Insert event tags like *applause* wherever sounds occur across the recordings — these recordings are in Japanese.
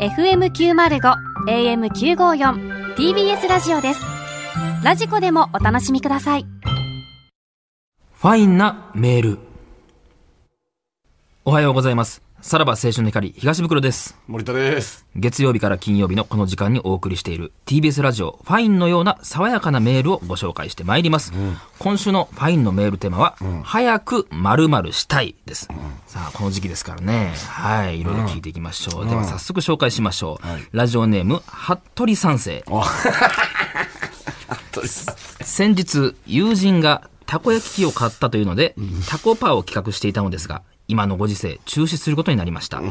FM905 AM954 TBS ラジオですラジコでもお楽しみくださいファインなメール。おはようございます。さらば青春の光、東袋です。森田です。月曜日から金曜日のこの時間にお送りしている TBS ラジオ、ファインのような爽やかなメールをご紹介してまいります。今週のファインのメールテーマは、早く〇〇したいです。さあ、この時期ですからね。はい、いろいろ聞いていきましょう。では早速紹介しましょう。ラジオネーム、服部三世。先日友人がたこ焼き器を買ったというのでタコパを企画していたのですが今のご時世中止することになりました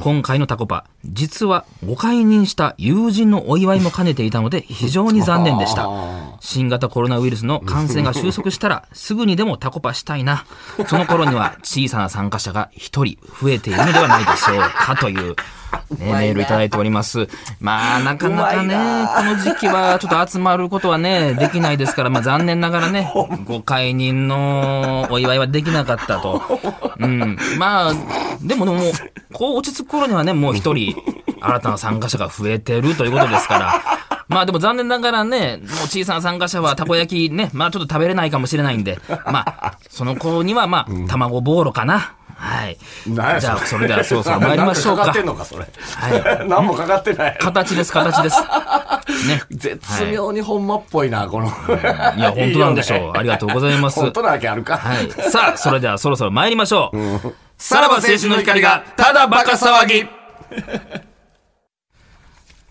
今回のタコパ実はご解任した友人のお祝いも兼ねていたので非常に残念でした新型コロナウイルスの感染が収束したらすぐにでもタコパしたいなその頃には小さな参加者が一人増えているのではないでしょうかというね、メールいただいております。まあ、なかなかね、この時期はちょっと集まることは *laughs* ね、できないですから、まあ残念ながらね、ご解任のお祝いはできなかった *laughs* と。うん。まあ、でもでも、こう落ち着く頃にはね、もう一人、新たな参加者が増えてるということですから。まあでも残念ながらね、もう小さな参加者はたこ焼きね、まあちょっと食べれないかもしれないんで、まあ、その子にはまあ、卵ボーロかな。はい。何やじゃあ、れそれではそろそろ参りましょうなんかかかかって。んのか、それ。 *laughs* は何もかかってないい。。形です、形です。ね。絶妙にほんまっぽいな、この。いや、本当なんでしょう。いい *laughs* よねありがとうございます。本当なわけあるか。はい。さあ、それではそろそろ参りましょう。さらば青春の光が、ただバカ騒ぎ。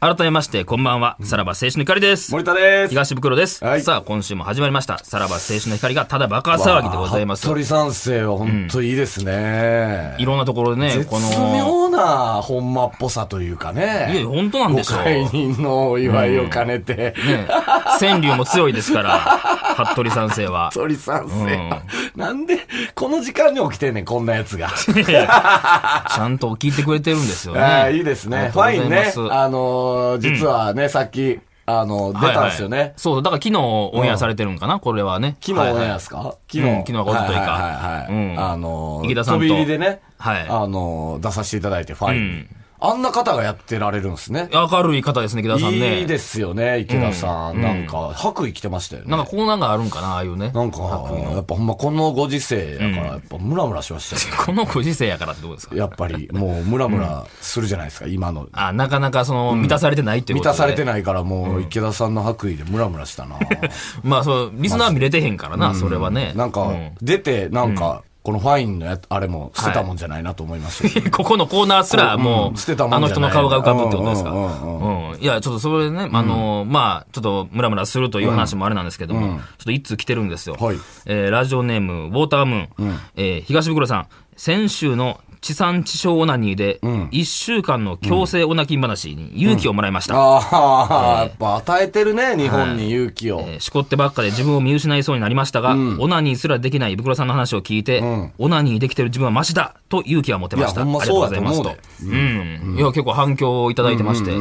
改めまして、こんばんは。さらば青春の光です。森田です。東袋です、はいさあ、今週も始まりました。さらば青春の光がただバカ騒ぎでございます。鳥三世は本当いいですね。いろんなところでね、絶この、妙なほんまっぽさというかいや、ね。本当なんごでしょう。解任のお祝いを兼ねて。ね、川柳も強いですから、服部三世は。鳥三世。 *laughs* なんで、この時間に起きてんねん、こんなや *laughs* つが。ちゃんと聞いてくれてるんですよね。ああ、いいですね。フあァりイがとンうございねま。すあのー、実はね、さっき、あの、出たんですよはいはいね。そうだ、だから昨日オンエアされてるんかな、これはね。昨日オンはいエはアいですか、うん昨日はおとといかはいはいはいはいうんあのー、池田さんと飛び入りでね、はいあのー、出させていただいて、ファイうン、んあんな方がやってられるんですね。明るい方ですね、木田さんね。いいですよね、池田さん。うんなんか、白衣着てましたよね。なんかコーナーがあるんかな、ああいうね。なんか、やっぱほんまこのご時世やから、やっぱムラムラしましたよ、このご時世やからってどうですかやっぱり、もうムラムラするじゃないですか、今の。あ、なかなかその、満たされてないっていう満ことたで。されてい。ないから、もう池田さんの白衣でムラムラしたな。 *laughs* まあ、そう、リスナーは見れてへんからな、それはね。なんかう、出て、なんか、このファインのやつあれも捨てたもんじゃないなと思いましたし。 *laughs* ここのコーナーすらもうん捨うて、たもんじあゃなのい人の顔が浮かぶってことですか。うんうんうん。いや、ちょっとそれね、あの、まあ、ちょっとムラムラするという話もあれなんですけども、ちょっと一通来てるんですよ。はいえーラジオネーム、ウォータームーン。えー東袋さん、先週の地産地消オナニーで、1週間の強制オナキン話に勇気をもらいました。ああ、やっぱ与えてるね、日本に勇気を。えーしこってばっかで自分を見失いそうになりましたが、オナニーすらできないイブクロさんの話を聞いて、オナニーできてる自分はマシだと勇気は持てました。いやほんまありがとうそごうざやいとま思すうとで。うん。いや、結構反響をいただいてまして。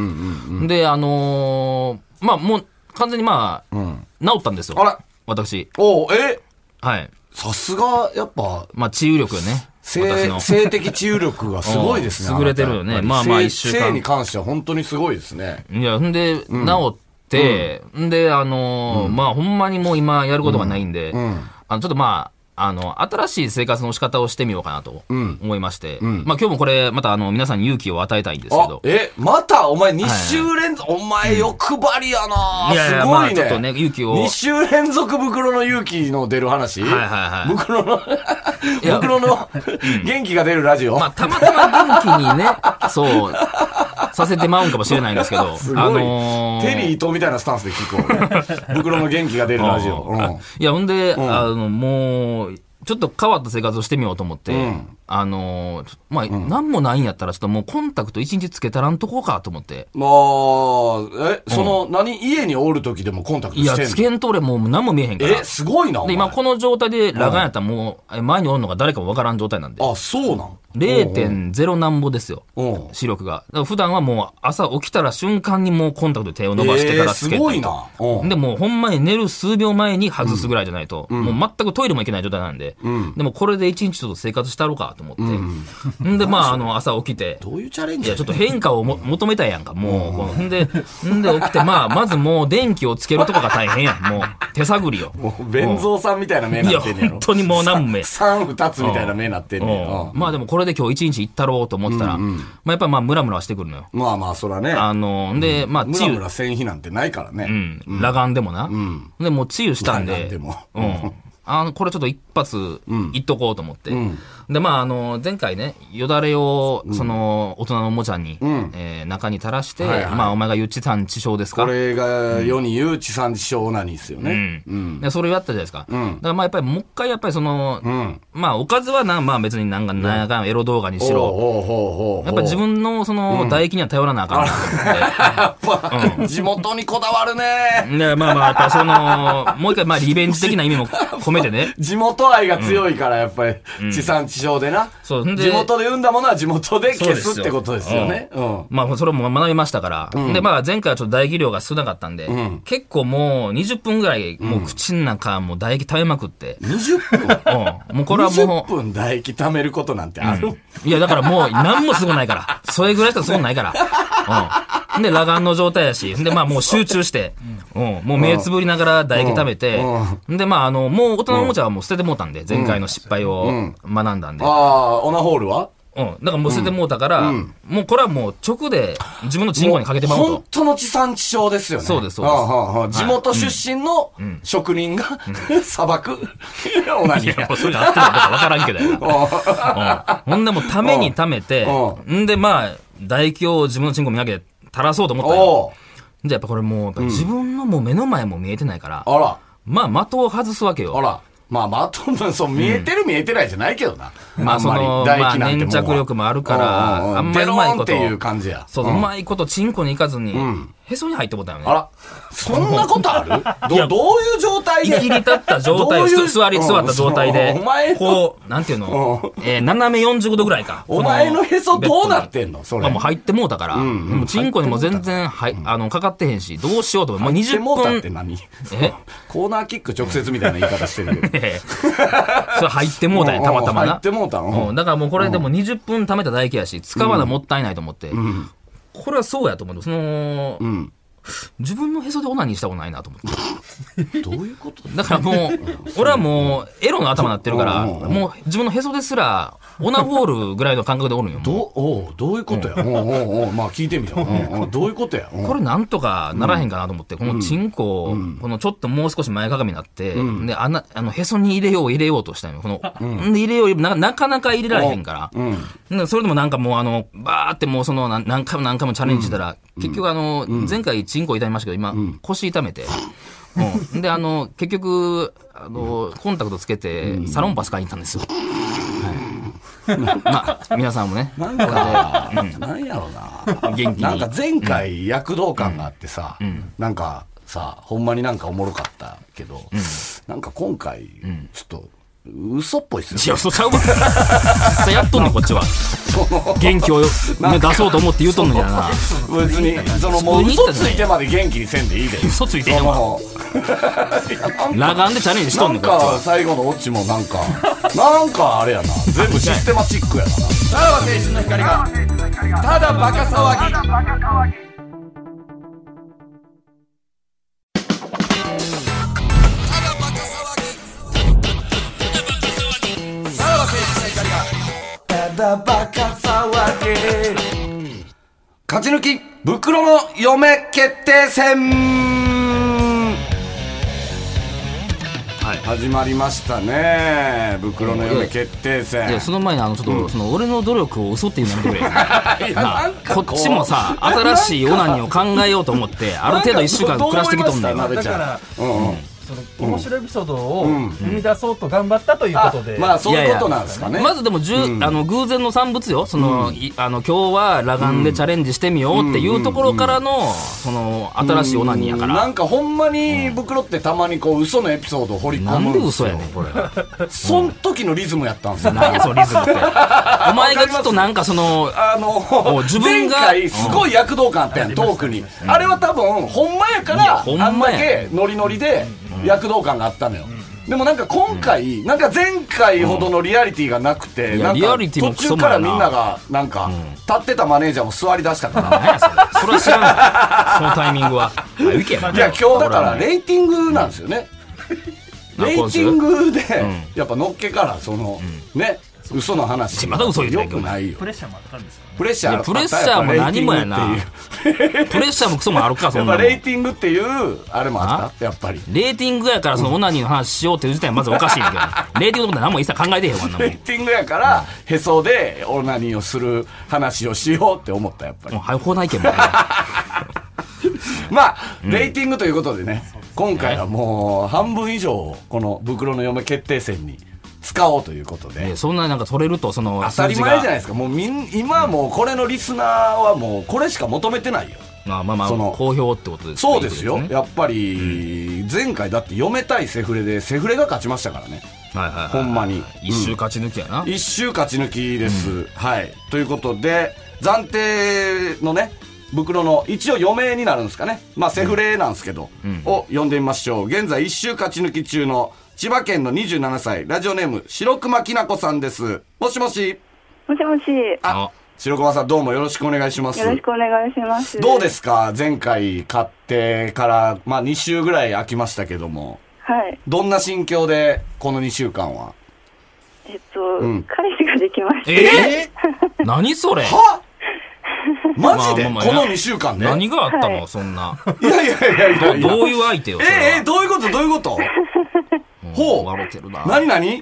で、あのーまあ、もう完全にまあ、治ったんですよ。あら私。おうえはい。さすが、やっぱ、まあ、治癒力よね。私性の。性的治癒力がすごいです *laughs* ね。うんあなた優れてるよねやっぱりまあまあ性一週間性に関しては本当にすごいですね。いや、んで、治って、んで、あのーまあ、ほんまにもう今やることがないんで、あの、ちょっとまあ、あの、新しい生活の仕方をしてみようかなと思いまして、まあ今日もこれ、またあの、皆さんに勇気を与えたいんですけあど、。え、またお前2週連続、お前欲張りやなすまごあいちょっとね、ね。勇気を。 2週連続袋の勇気の出る話はいはいはい袋の、や袋の元気が出るラジオまあ、たまたま元気にね、そう、させてまうんかもしれないんですけど、すごい。あのーテリー伊藤みたいなスタンスで聞こ *laughs* う、ね。袋の元気が出るラジオ。ううんん。いや、ほんで、あの、もう、ちょっと変わった生活をしてみようと思って、んあの、ちょまあ、なんもないんやったら、ちょっともうコンタクト一日つけたらんとこうかと思って。まあ、え、その、何、家におる時でもコンタクトいや、してんのつけんと俺もう何も見えへんから。え、すごいな、おで、前。今この状態で裸眼やったらもう、え前におるのが誰かもわからん状態なんで。あ、そうなん0.0なんぼですようんうん。視力が。だから普段はもう朝起きたら瞬間にもうコンタクトで手を伸ばしてからつけたえーすりとごかいな。うんでもうほんまに寝る数秒前に外すぐらいじゃないと、もう全くトイレも行けない状態なんで、でもこれで一日ちょっと生活したろうかと思って。ん *laughs* で、まあ、あの、朝起きて、どういうチャレンいジや、やちょっと変化をも求めたいやんか、もう。このんで、んで起きて、まあ、まずもう電気をつけるとかが大変やん。もう、手探りよ。もう、弁蔵さんみたいな目いなや、ってんねやろ本。当にもう何名。三二つみたいな目なってんねやうんろ。まあでもこれで今日一日行ったろうと思ってたら、まあやっぱりまあムラムラはしてくるのよ。まあまあ、そらね。あの、で、まあ、ム治ラム癒、ラ線費なんてないからうね。ん、裸眼でもな。で、もう治癒したん裸で、眼でもうん。あの、これちょっと一発、いっとこうと思って。で、まあ、あの、前回ね、よだれを、その、大人のおもちゃに、えー中に垂らして、はいはいまあ、お前がゆっちさん致傷ですかこれが世に言う地産地消オナニーですよね。うん、でそれをやったじゃないですか、だからまあやっぱりもう一回やっぱりその、まあおかずはな、まあ、別になんかなんかエロ動画にしろ、ほうほうほうほうやっぱ自分のその唾液には頼らなあかんなと思って、やっぱ、 *laughs* 地元にこだわるね。ね、まあまあ、やっぱその、もう一回、まあ、リベンジ的な意味も込めて *laughs* ね。地元愛が強いから、やっぱり、地産地消でな。そうで地元で生んだものは地元で消そうですすよってことですよね。うん。まあ、それも学びましたから。で、まあ、前回はちょっと唾液量が少なかったんで、結構もう20分ぐらい、もう口の中、もう唾液食べまくって。 20分うん。もうこれはも20分唾液貯めることなんてある、う、いや、だからもう、何もすごないから。それぐらいしかすごないから。うん。で、裸眼の状態やし。で、まあ、もう集中して。うん。もう目つぶりながら唾液食べて。で、まあ、あの、もう大人のおもちゃはもう捨ててもうたんで、前回の失敗を学んだんであ。あ、オナホールはうん。だからもう捨ててもうたから、もうこれはもう直で自分のチンコにかけてまう本と。当の地産地消ですよね。そうですそうですああはあはあ地元出身の職人が、 *laughs* 砂漠、オナいニーや、やもうそれじゃ合ってるのか分からんけどや *laughs* な。うん。ほんでもうためにためて、んでまあ、唾液を自分のチンコにかけて垂らそうと思ったよ。おうじゃあやっぱこれもう、やっぱ自分のもう目の前も見えてないから、あら。まあ的を外すわけあよ。ら。まあまあ、ともそう、見えてる見えてないじゃないけどな。まあその、唾まあ液なん粘てもんは着力もあるから、うんうんうんあんまりうまいこベローンっていと。う感じや。そう、うまいことチンコに行かずに、へそに入ってもうたよねあ。ら、そんなことあるどどういう状態いできり立った状態、どういうす座り、うん座った状態でそうお前、のこう、なんていうの、えー斜め45度ぐらいか。お前のへそどうなってんのこそのまあれもう。入ってもうたから、もうチンコにも全然、はい、あの、かかってへんし、どうしようと思う。もう手20もうたって分。何え。コーナーキック直接みたいな言い方してるけど *laughs* それ入ってもうたんや、たまたまうんうん入なっ。てもうたうのん、だからもうこれでも20分貯めた唾液やし、使わなもったいないと思って、これはそうやと思って、その、自分のへそでオナニーしたことないなと思って。どういうことだからもう、俺はもう、エロの頭になってるから、うんうんうんもう自分のへそですら、オナホールぐらいの感覚でおるんよ。もうどう、おうどういうことやおうおうおうまあ聞いてみよううんうん。どういうことやおうこれなんとかならへんかなと思って、このチンコを、このちょっともう少し前かがみになって、で、あな、あの、へそに入れよう入れようとしたんよ。この、で入れような、なかなか入れられへんから。でそれでもなんかもうあの、バーってもうその、なん何回も何回もチャレンジしたら、結局あの、前回チンコ痛めましたけど、今、腰痛めて。うん。で、あの、結局、あの、コンタクトつけて、サロンパス買いに行ったんですよ。 *laughs* はい。まあ、皆さんもね、なんか、なんやろな。元気に *laughs* なんか前回躍動感があってさ、なんかさ、ほんまになんかおもろかったけど、なんか今回、ちょっと、嘘っぽいっすいや、よね。そうちゃうわ。実際やっとんねん、こっちは。元 *laughs* 気をよ、ね、出そうと思って言うとんのにやな。別に、そのもう普通に言った嘘らついてまで元気にせんでいいで。嘘ついてんそのの裸眼でチャレンジしとなんねんん、こっちは。か最後のオチもなんか、 *laughs* なんかあれやな。全部システマチックやな。さらば青春の光が、ただバカ騒ぎ。ただバカ騒ぎ勝ち抜き袋の嫁決定戦はい始まりましたね袋の嫁決定戦いや、その前に、あの、ちょっと、その、俺の努力を嘘っていうのやめてくれ。 *laughs* いやななあんかこっちもさ、新しいオナニーを考えようと思って、ある程度一週間暮らしてきとんねん。なんかどう思いまだしたからうんうんその面白いエピソードを生み出そうと頑張ったということで、まあそういうことなんですかねまずでも、じゅうあの偶然の産物よ、そのいあの今日は裸眼でチャレンジしてみようっていうところからの、その新しいオナニーやかなら、んかほんまに袋ってたまにこう嘘のエピソードを掘りな込むんんです嘘よやねん、これ。そん時のリズムやったんですよ何やそのリズムって。 *laughs* お前がずっとなんかその、あのう自分が前回すごい躍動感あったやん、トークに、あれは多分ほんまやかいやらほんまやあんだけノリノリで躍動感があったのよ、でもなんか今回、なんか前回ほどのリアリティがなくて、いやなんかリアリティも途クソ中もかやらなみんながなんか、立ってたマネージャーも座り出し *laughs* たから何やそれそれは知らないそのタイミングはあ行けやいや今日だからレーティングなんですよね、うんレーティングで、んやっぱのっけからその、ね嘘の話まだ嘘言うてんよけどくないよプレッシャーもあったんですかプレッシャーいやプレッシャーも何もやなやっプレッシャーもクソもあるかそんなぱもんレーティングっていうやっぱレーティングっていうあれもあったやっぱりレーティングやからそのオナニーの話しようっていう自体まずおかしいんやけどレーティングのこと何も一切考えてへんわあんなもレんーティングやからへそでオナニーをする話をしようって思ったやっぱりもう早くないけんもうまあレーティングということでね今回はもう半分以上をこの袋の嫁決定戦に使おうということでねそんななんか取れるとその当たり前じゃないですかもうみん今はもうこれのリスナーはもうこれしか求めてないよまあまあまあその好評ってことですねそうですよいいことねやっぱり前回だって読めたいセフレでセフレが勝ちましたからねはいはいはいほんまに一周勝ち抜きやな、一周勝ち抜きです、はいということで暫定のね袋の一応余命になるんですかねまあセフレなんですけど、を読んでみましょう現在一周勝ち抜き中の千葉県の27歳ラジオネーム白熊きなこさんですもしもしもしもし、よあ白熊さんどうもよろしくお願いしますろしくお願いします。どうですか前回買ってから、まあ2週ぐらい空きましたけども、はい。どんな心境で、この2週間は。えっと、ん彼氏ができました。えー、何それはマジで、まあまあまあこの2週間で、何があったの、はいそんないやいやいやいやいや。どういう相手よえそれはええどういうことどういうことうんほう笑ってるな何何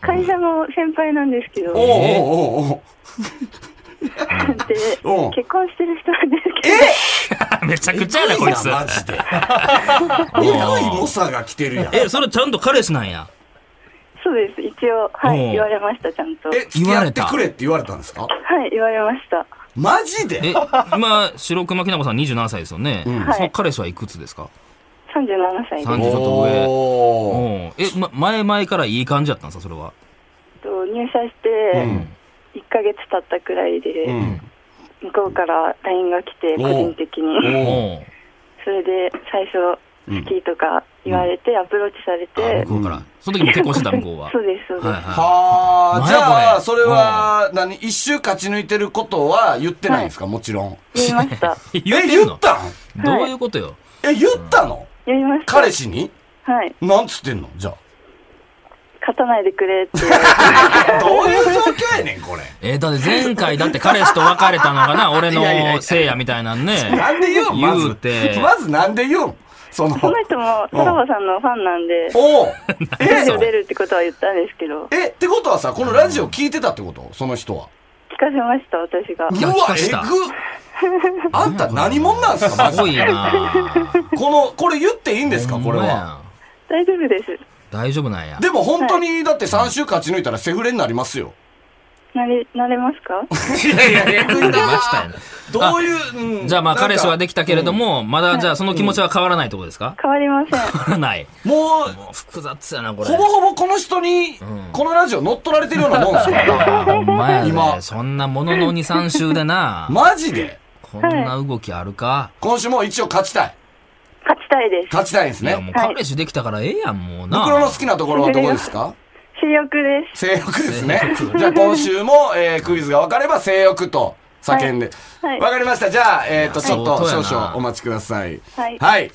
会社の先輩なんですけど、おうで、おうおうおう結おう婚してる人なんですけど、めちゃくちゃやなこいつや *laughs* マジで。えらい猛者が来てるやん。えそれちゃんと彼氏なんやそうです。一応、はおうい、言われました、ちゃんと。はえ、付き合ってくれって言われたんですかい、言われました。マジえで今白熊きなこさん27歳ですよね、はいその彼氏はいくつですか37歳です三。十ちょっと上おーうんえ、ま、前々からいい感じだったんですかそれはえっと入社してうん、 1ヶ月経ったくらいで、うん向こうから LINE が来て、お個う人的に。おうおそれで、最初、好きとか言われて、アプローチされて、向こうから *laughs* その時も結婚してた向こうはそうです、そうです。はいははあ、何じやゃこあ、れそれは、何、一周勝ち抜いてることは言ってないんですか、もちろん。言いました。いえ、言うてん言っのたんどういうことよえ、言ったの言いました。彼氏にはい。なんつってんのじゃあ。勝たないでくれって。どういう状況やねん、これ。えだって前回だって彼氏と別れたのが *laughs* な俺いやいやいのやせいやみたいなんねなんで言うんま言うずて。まずなんで言うんその、その人も、うんサバさんのファンなんで、おうラジオ *laughs* え、出るってことは言ったんですけど、え、ってことはさ、このラジオ聞いてたってことその人は。聞かせました、私が。うやわ聞、かえしぐたあんた何者なんすか、マすジごいで。 *laughs* なこの、これ言っていいんですか、これほんまは。や大丈夫です。大丈夫なんやでも本当に、だって3週勝ち抜いたらセフレになりますよ。なれ、なれますかいやいや、えぐい出 *laughs* ましたよねどういう、うんじゃあまあ彼氏はできたけれど、なんかも、まだじゃあその気持ちは変わらないってことですか、変わり *laughs* ません。変わら *laughs* ない。うんもう、もう複雑やな、これ。ほぼほぼこの人に、このラジオ乗っ取られてるようなもんですか *laughs* ら。ほんまやね。今そんなものの2、3週でな、マジでこんな動きあるか。今週も一応勝ちたい。勝ちたいです。勝ちたいんですいや、もねう。彼氏できたからええやん、もうな。袋の好きなところはどこで *laughs* すか性欲です。性欲ですね。じゃあ今週も、えークイズが分かれば性欲と叫んで。はいはい分かりました。じゃあ、えっと、いやちょっと相当や少な々お待ちください。はいはい。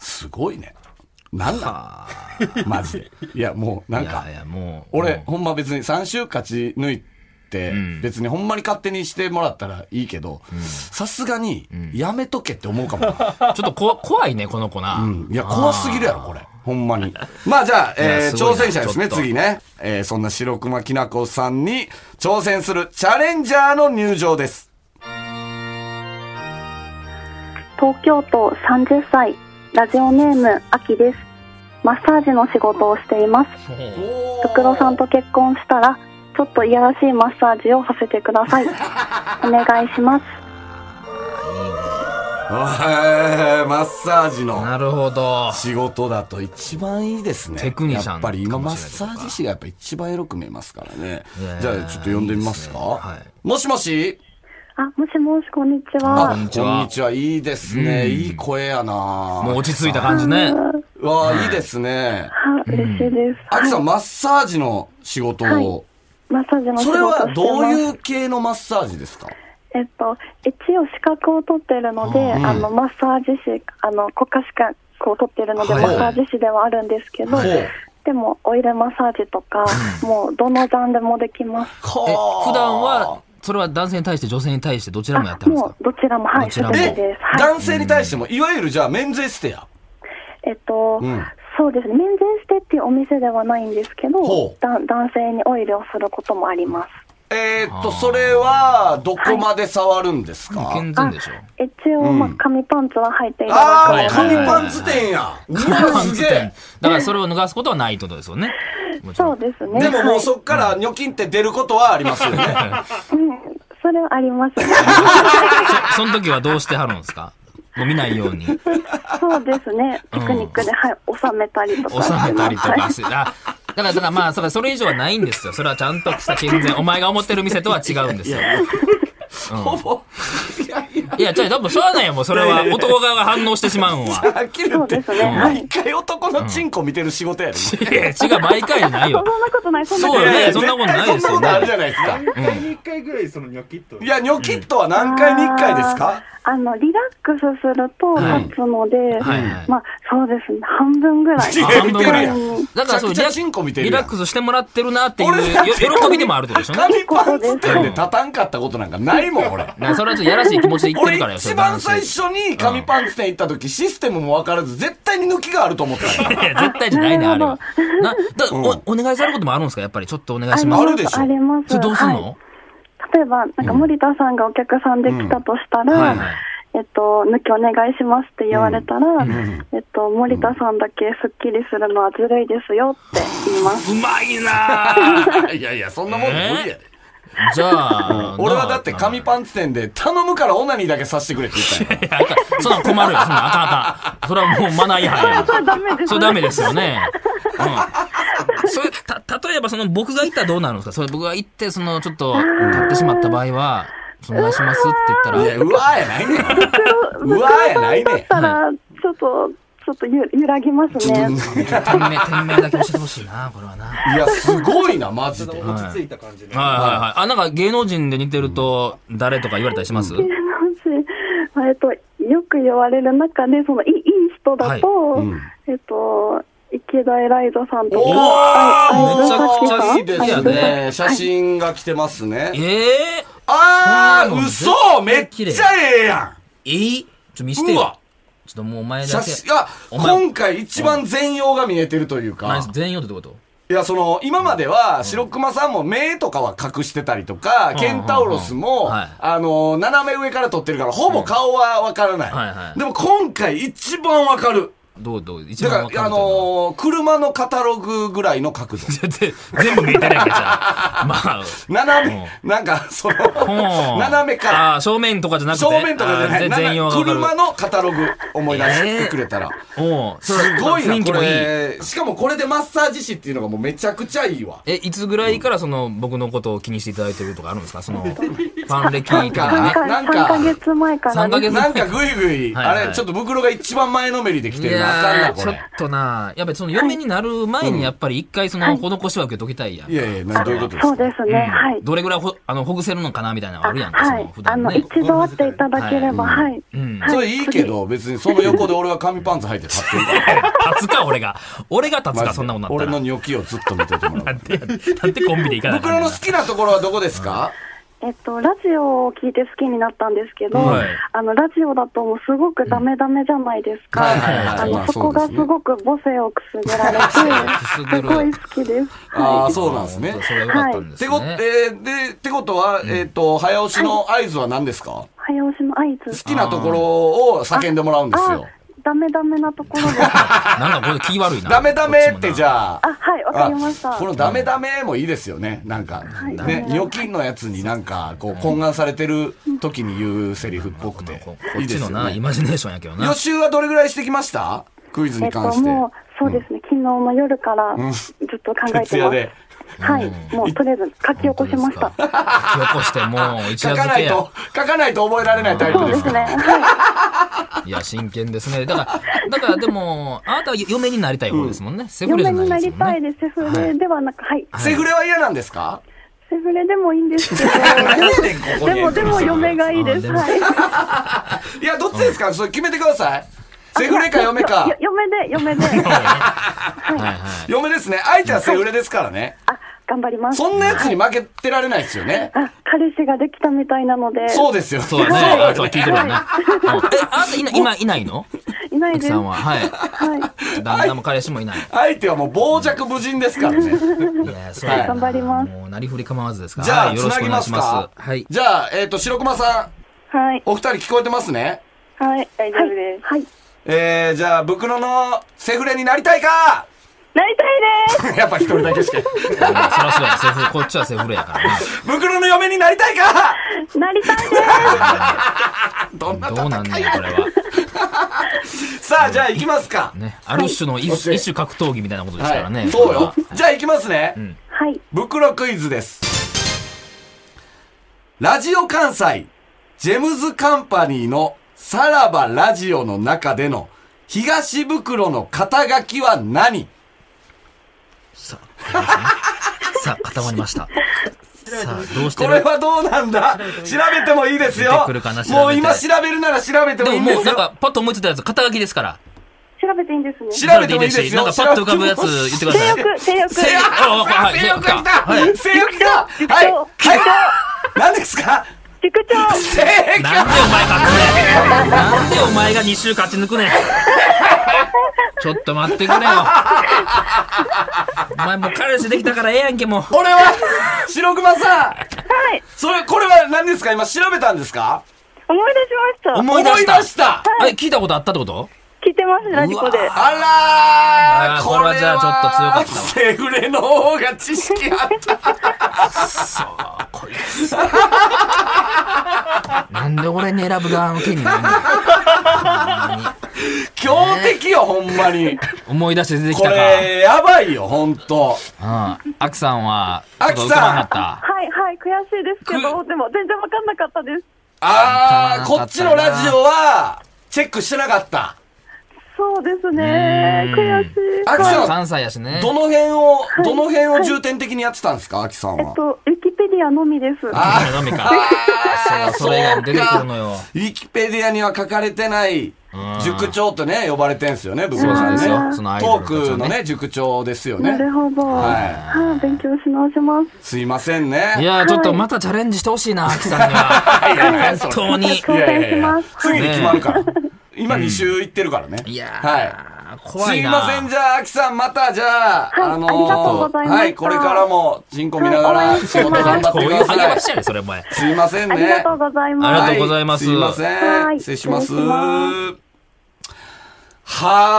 すごいね。なんだあマジで。いや、もうなーんいかやい。や、もう。俺、もほんま別に3週勝ち抜いて、別にほんまに勝手にしてもらったらいいけど、さすがに、やめとけって思うかもな。うちょっとこ怖いね、この子な。うんいや、怖すぎるやろ、これ。ほんまに。まあじゃ *laughs* あ、いやえーすごい挑な戦者ですね、ちょっと次ね。えーそんな白熊きなこさんに挑戦するチャレンジャーの入場です。東京都30歳ラジオネームあきですマッサージの仕事をしていますほうお福ロさんと結婚したらちょっといやらしいマッサージをさせてくださ *laughs* いお願いしますマッサージのなるほど。仕事だと一番いいですね。テクニシャンやっぱり今かもマッしれないとサかージ師がやっぱ一番エロく見えますからねいや。いやじゃあちょっと呼んでみますいいですか。ねはいもしもしあもしもしこんにちこはんにちこんはに。ちは。いいですね。いい声やなもう落ち着いた感じね。わあ、いいですね。はい、嬉しいです。アキさん、はい、マッサージの仕事はをい。マッサージの仕そ事れをしてはます。どういう系のマッサージですかえっと、一応資格を取ってるので、ああ,、うんの、マッサージ師、あの、国家資格を取ってるので、はいマッサージ師ではあるんですけど、ほう。でも、オイルマッサージとか、もう、どのジャンルもできます。え普段は、それは男性に対して女性に対してどちらもやってるんですもかう、どちらも、はい、どちらすもべえてでです。はい。男性に対しても、いわゆるじゃあ、メンズエステや。えっと、うんそうですね、メンズエステっていうお店ではないんですけほどう、だ男性にオイルをすることもあります。えーっと、それは、どこまで触るんですか健全でしょ一応、まあ、紙パンツは履いていたあだあ、くはのいで、紙パンツ店や。うわパンすツげ店え。だからそれを脱がすことはないってことですよねもちろそんうですね。でももはういそっから預金って出ることはありますよね。うん、それはありますね。そ *laughs* その時はどうしてはるんですかもう見ないように収そうですね。ピクニックで、はい、収めたりとかしてます。めたりとはかいしてあだからだからまあそれそれ以上はないんですよそれはちゃんとした健全お前が思ってる店とは違うんですよほぼ。いやいや。いや、じゃあ、多分しょうがないよ、もう、それは。男側が反応してしまうんは。飽きるそうってで。すね。はい一。回男のチンコ見てる仕事やで。いや、違う、毎回じゃないそんよ。なことない、そんなそうことよねない。いやいやそんなことないですよね絶対そんなことあるじゃないですか。何回に1回ぐらいそのニョキッといや、ニョキッとは何回に1回ですかあーあの、リラックスするとはい立つので、はいはいまあ、そうですね。半分ぐらい。いやはい見てるやんうんだから、そう、めちゃくちゃチンコ見てるリやんラックスしてもらってるなっていう、俺だよって喜びでもあるってことでしょうね。紙パンツ店で立たんかったことなんかないもん、俺。だからそれはちょっとやらしい気持ちで言って俺るからよ、そ一れ番最男性初に紙パンツ店行った時、システムも分からず、絶対に抜きがあると思ってたから。いや、絶対じゃないね、あれは。な、だ、んお、お願いされることもあるんですかやっぱり、ちょっとお願いしりまますあ。るすでしょあります。それどうすんはいの例えば、なんか森田さんがお客さんで来たとしたら、うんはいはいえっと、抜きお願いしますって言われたら、えっと、森田さんだけスッキリするのはずるいですよって言います。うまいなぁいやいや、そんなもん無理やで。じゃあ、俺はだって紙ンパンツ店で、頼むからオナニーだけさせてくれって言ったんや。そんなん困るよ、そんなんあかんあかん。それはもうマナー違反や。 *laughs* それダメです。それダメですよね。うん。それ、た、例えばその僕が行ったらどうなるんですかそれ僕が行って、そのちょっと、立ってしまった場合は、そのお願いしますって言いったや、ら、うわーやないねん。袋うわーやないだねんっ。たら、ちょっと、ちょっとゆ揺らぎますね。 *laughs* 店名、店名だけ教えてほしいな、これはな。はいいや、すごいな、マジで。落ち着いた感じの。はいはい。あ、なんか芸能人で似てると、誰とか言われたりします芸能人まあえっと、よく言われる中で、そのいいいい人だと、いうんえっと、池田エライザさんとか、おーあめちゃくちゃ相いい武で紗季すさよんね写真が来てますね。ええあそんなー、の嘘めっ絶対綺麗ちゃええやえいちょ、見しんてうよわ。ちょっともうお前だ写け。真、あ、お前今回一番全容が見えてるという何か。全員ってどういうこといや、その、今までは、白熊さんも目とかは隠してたりとかん、ケンタウロスも、はいあの、斜め上から撮ってるから、ほぼ顔はわからない。はいはいでも今回一番わかる。どうどう一だ番わかかるら、あというのはのー車のカタログぐらいの *laughs* 角度。全然全部見えてないから、じゃあ。まあ。斜め、なんか、その、ほう *laughs* 斜めから。あー正面とかじゃなくて。正面とかじゃない。あー全然用ながわかる車のカタログ思い出してくれたら。おうすごい雰囲な、気こもいい。れ。しかもこれでマッサージ師っていうのがもうめちゃくちゃいいわ。え、いつぐらいからその、僕のことを気にしていただいてるとかあるんですかそ *laughs* の、ファン歴となんかねか。なん3ヶか、月前から3ヶです月なんかぐいぐい、はいはいあれ、ちょっと袋が一番前のめりで来いてるな。あやかんな、ー、ちこょっれ。とな、やっぱりその嫁になる前にやっぱり一回その、施しは受けときたいやん。いやいや、などういうことですそうかですね、はい。どれぐらいほ、あの、ほぐせるのかなみたいなのあるやんか、そはの、い普、あ段のね一。度会っていただければ、はい、うん。それいいけど、別にその横で俺は紙パンツ履いて立って *laughs* るから。立つか、俺が。俺が立つマジか、でそんなことな俺ったのら。ニョキをずっと見ててもらう。 *laughs* なんでコンビで行かない袋の好きなところはどこですかえっと、ラジオを聞いて好きになったんですけど、はいあのラジオだともうすごくダメダメじゃないですか、はいはいはいあまあのそこそうがですすねごく母性をくすぐら性れをくすぐて、るすごい好きです。ああ、そうなんですね本。当それは良かったんでっすてね。こ、えーで、ってことは、えっ、と、早押しの合図は何ですか、早押しの合図好。きなところを叫んでもらうんですあよ。、ダメダメなところです。なんかこれ気悪いな。 *laughs* ダメダメってじゃゃあ、あ、はい、わかりました。このダメダメもいいですよね。なんか、ね、預金のやつになんか、こう、懇願されてる時に言うセリフっぽくてこ。っいいでちのすな、よイね。マジネーションやけどな。予習はどれぐらいしてきましたクイズえにっと、関して。もう、そうですね、昨日の夜からずっと考えてます。徹夜で。はい、もうとりあえず書き起こしました。本当ですか。書き起こしてもう一夜書か漬なけ *laughs* いや。と、書かないと覚えられないタイそプうでですかすね、ら。はい。いや、真剣ですね。だから、だからでも、あなたは嫁になりたい方ですもんね。セフレじ *laughs* 嫁ゃないになですりもんね。たいです。セフレではなく、はい。セフレは嫌なんですかセフレでもいいんですけど。でも、でも嫁がいいです。あでもはい。いや、どっちですかそれ決めてください。セフレか嫁よよか。嫁で、嫁で。はいはい。嫁ですね。相手はセフレですからね。あ、頑張ります。そんな奴に負けてられないですよね。あ、彼氏ができたみたいなので、そうですよ。そうだね。あそう聞いてるよね。うんえ、あなたいな今いないのいない奥です。さんはは。はい。い。旦那も彼氏もいない。相手はもう傍若無人ですからいね。や、そうだな頑張りますもう、なりふり構わずですから。じゃはあ、いつよろしくなぎお願まいしすまかす。はい。じゃあ、えっ、と、白熊さん、はい。お二人聞こえてますねはい。大丈夫です。はい。えー、じゃあ、ブクロのセフレになりたいか *laughs* なりたいですやっぱ一人だけしか。そらそうや、セフレ、こっちはセフレやからね。ブクロの嫁になりたいかなりたいです。どんなどうなんねん、これは。さあ、じゃあ行きますか。 *laughs* ね。ある種の一種一種格闘技みたいなことですからはね。い、そこうれはよ。じゃあ行きますね。んはい。ブクロクイズです。ラジオ関西、ジェムズカンパニーのさらばラジオの中での東袋の肩書きは何さあ、さあ、固まりました。さあ、どうしてこるれはどうな *laughs* んだ調べてもいいです出よてくるかな調べてもう今調べるなら調べてでもいもいんでもうすなんよか、パッと思いついたやつ、肩書きですから。調べていいんですね。調べてもいいですし、なんよかパッと浮かぶやつ言ってくだ性さい。欲、性欲。性欲ああはい性欲性欲が来かたはい性欲が塾長はい塾はい何ですか塾長。性な欲んでお前勝つねんなんでお前が2週勝ち抜くねんちょっと待ってくれよ。お前もう彼氏できたからええやんけ、もう。これは白熊さんはい。それ、これは何ですか今調べたんですか思い出しました。思い出した。思い出したえ、聞いたことあったってこと聞いてます、ラジコで。うわあらあーーこれはじゃあちょっと強かったわセフレの方が知識あ *laughs* った。そう、こいつ。なんで俺に選ぶ側の権利ないの強敵よ、ほんまに。思い出して出てきこたか。れ、やばいよ、ほんと。うん。アキさんは、ちょっアとキさ浮んからなかっはい、はい、悔しいですけど、くでも全然わかんなかったです。あー、わこかんなかったなっちのラジオは、チェックしてなかった。そうですね。うー悔んしい。アた。キさん、関西やしね。どの辺を、どの辺を重点的にやってたんですか、アキさんえっは。と、ウィキペディアのみです。あダメか。あーそう、それ以外に出てくるのよ。ウィキペディアには書かれてないうん、塾長とね、呼ばれてんすよね、ブクロさんね。そうなんですよそのアイドトルたーちはねクのね、塾長ですよなね。るほど。ははい、勉強し直します。すいませんね。いやー、ちょっとまたチャレンジしてほしいな、アキさんに *laughs* は。いやいや本当に。挑戦します。次に決まるから。今2週行ってるからね。いやー、はい。怖すいいな。ません、じゃあ、アキさん、また、じゃあ、はいのありがとうございましたはい、これからも、チンコ見ながはら、い仕事頑張っこうてくいうだ励さまい。しやね、それお前。すいませんありがね。とうございます。ありがとうございますはすいませはん。い失礼します失礼しま。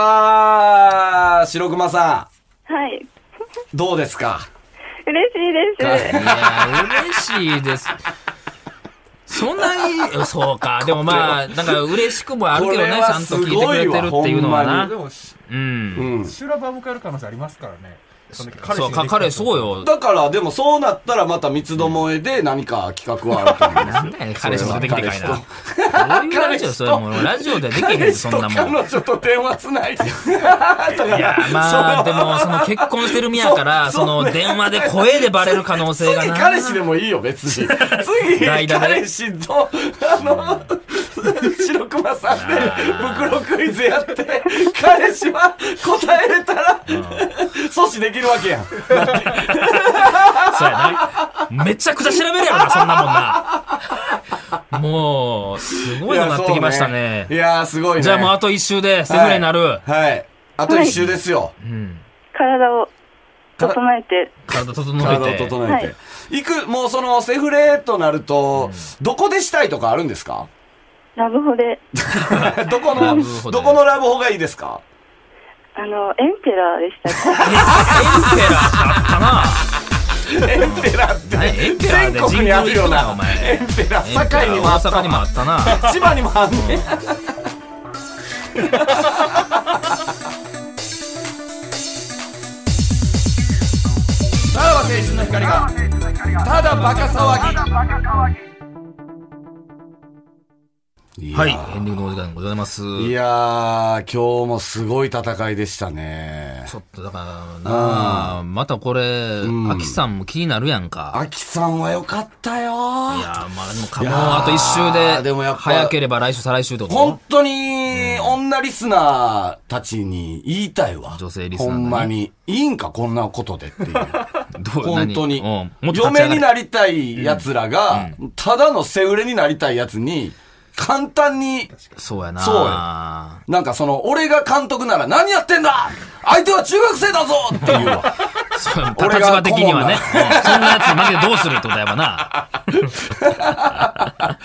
はー、白熊さはい。ん、どうですか嬉しいです。いやー、嬉しいです。そんなに、そうか。でもまあ、なんか嬉しくもあるけどね、こちれはゃんと聞いてくれてるっていうのはすごいわほんまなにで。も、しうん。うん。修羅場を迎える可能性ありますからね。そんだけそう、か彼、そう。よ。だから、でもそうなったらまた三つどもえで何か企画はあると思います。なんだよ、 *laughs* 彼氏も出てきてかい彼氏な。どういうラジオそれもうラジオではできへん彼よ、氏そとんなもん。彼女と電話つないで。だから *laughs* いや、まあ、でも、その結婚してる身やから、そそうの電話で声でバレる可能性が次な。彼氏でもいいよ、別に。代打次、で彼氏と、あの、白熊さんで、袋クイズやって、彼氏は答えれたら、阻止できるわけやん。そうやな。めちゃくちゃ調べるやろな、そんなもんな。もう、すごいのなってきましたね。いやー、すごいね。じゃあもうあと一周でセフレになる。はい。あと一周ですよ。うん。体を整えて、体整え体をて。整えて。行く、もうその、セフレとなると、どこでしたいとかあるんです *laughs* かラブホで、どこラブの、ホでどこのラブホがいいですかあの、エンペラーでしたっけ。エンペラーだエンペラーって何エンペラーで全国にあるよな人口行くなお前エンペラったな。ー堺にもあった大阪にもあったな。千葉にもあ *laughs* んねんさらば青春の光がただバカ騒ぎはい。エンディングのお時間でございます。いやー、今日もすごい戦いでしたね。ちょっとだからなあまたこれ、アキさんも気になるやんか。アキさんはよかったいよやー。ーまあでもかもいうやーあと一でも周やっで、ぱ早ければ来週再来週ってこと本当に、女リスナーたちに言いたいわ。女性リスナーほにねんまに。いいんか、こんなこと *laughs* でっていう。どう本当に。何うんもっと立ち上が嫁れになりたい奴らが、ただのセフレになりたい奴に、簡単に、そうやなそうなんかその、俺が監督なら何やってんだ相手は中学生だぞっていうわ。そう立俺が場的にはね。うん顧そんなやつに負けてどうするってことやばな。い *laughs*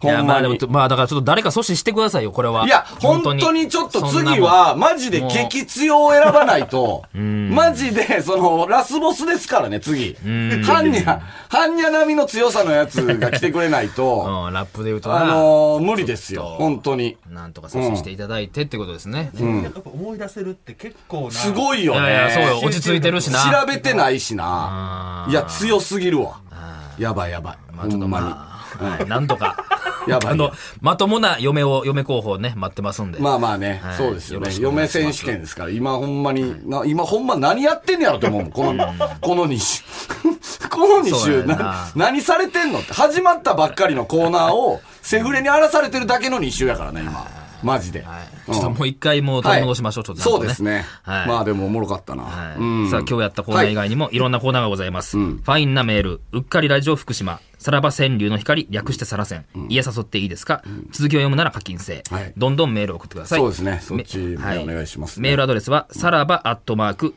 ほや、んままあでにも。、まあだからちょっと誰か阻止してくださいよ、これは。いや、本当にちょっとそんな次もんは、マジで激強を選ばないと、マジで、その、ラスボスですからね、次。ハンニャ、ハンニャ並みの強さのやつが来てくれないと、うん、ラップ *laughs* で言うとなあのー無理ですちょっよ、と本当に。なんとか阻止していただいてってことですね。やっぱ思い出せるって結構な。すごいいよやいや、そうよ、ね。落ち着いてるしな。調べてないしなあ。ーいや、強すぎるわ。やばいやばい。まあほちょっとんまに。まあ、はい、なんとか。やばあいよの、まともな嫁を、嫁候補をね、待ってますんで。まあまあね、はいそうですよよろね。しくお願嫁いします選手権ですから、今ほんまに、な今ほんま何やってんねやろと思うもん。この、この2週。 *laughs* この2そう週、やなな何されてんのって。始まったばっかりのコーナーを、セフレに荒らされてるだけの2週やからね、今。マジで。はいうんちょっともう一回もう取り戻しましょう、ちょっと、そうですね。はいまあでもおもろかったな。はいうんさあ今日やったコーナー以外にもいろんなコーナーがございます、ファインなメールうっかりラジオ福島さらば川柳の光略してさらせん、家誘っていいですか、続きを読むなら課金制、はいどんどんメールを送ってくださいそうですねそっちもねお願いしますねメールアドレスはさらばアットマーク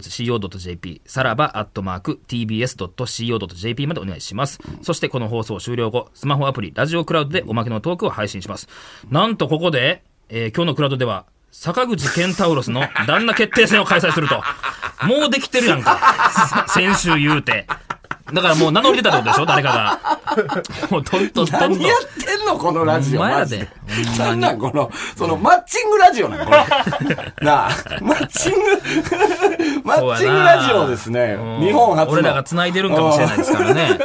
tbs.co.jp さらばアットマーク tbs.co.jp までお願いします、そしてこの放送終了後スマホアプリラジオクラウドでおまけのトークを配信しますなんとここで、えー今日のクラウドでは坂口健太郎の *laughs* 旦那決定戦を開催すると。もうできてるやんか。 *laughs* 先週言うて。だからもう名乗り出たってことでしょ誰かが。もうどんどんどんどん何や。ってんのこのラジオ。ほんまやマでジで。なんなんこの、その、マッチングラジ *laughs* オなのこれ。なあ、マッチング、マッチングラジオですねうん。日本初の。俺らが繋いでるんかもしれないですからね。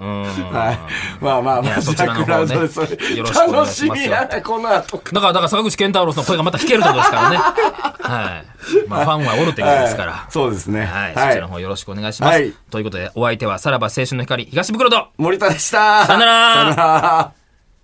うん。はい。まあまあいまあ、やそちらの桜方ねそれそれよろしくお願いしま楽すしよみやな、この後。だから、だから坂口健太郎の声がまた聞けるってことですからね。はい。まあ、ファンはおるってことですから。はいそうですね。はい。そはちらのい。方よろしくお願いします。はいということで、お相手はさらば青春の光、東袋と、森田でした。さよならさよなら。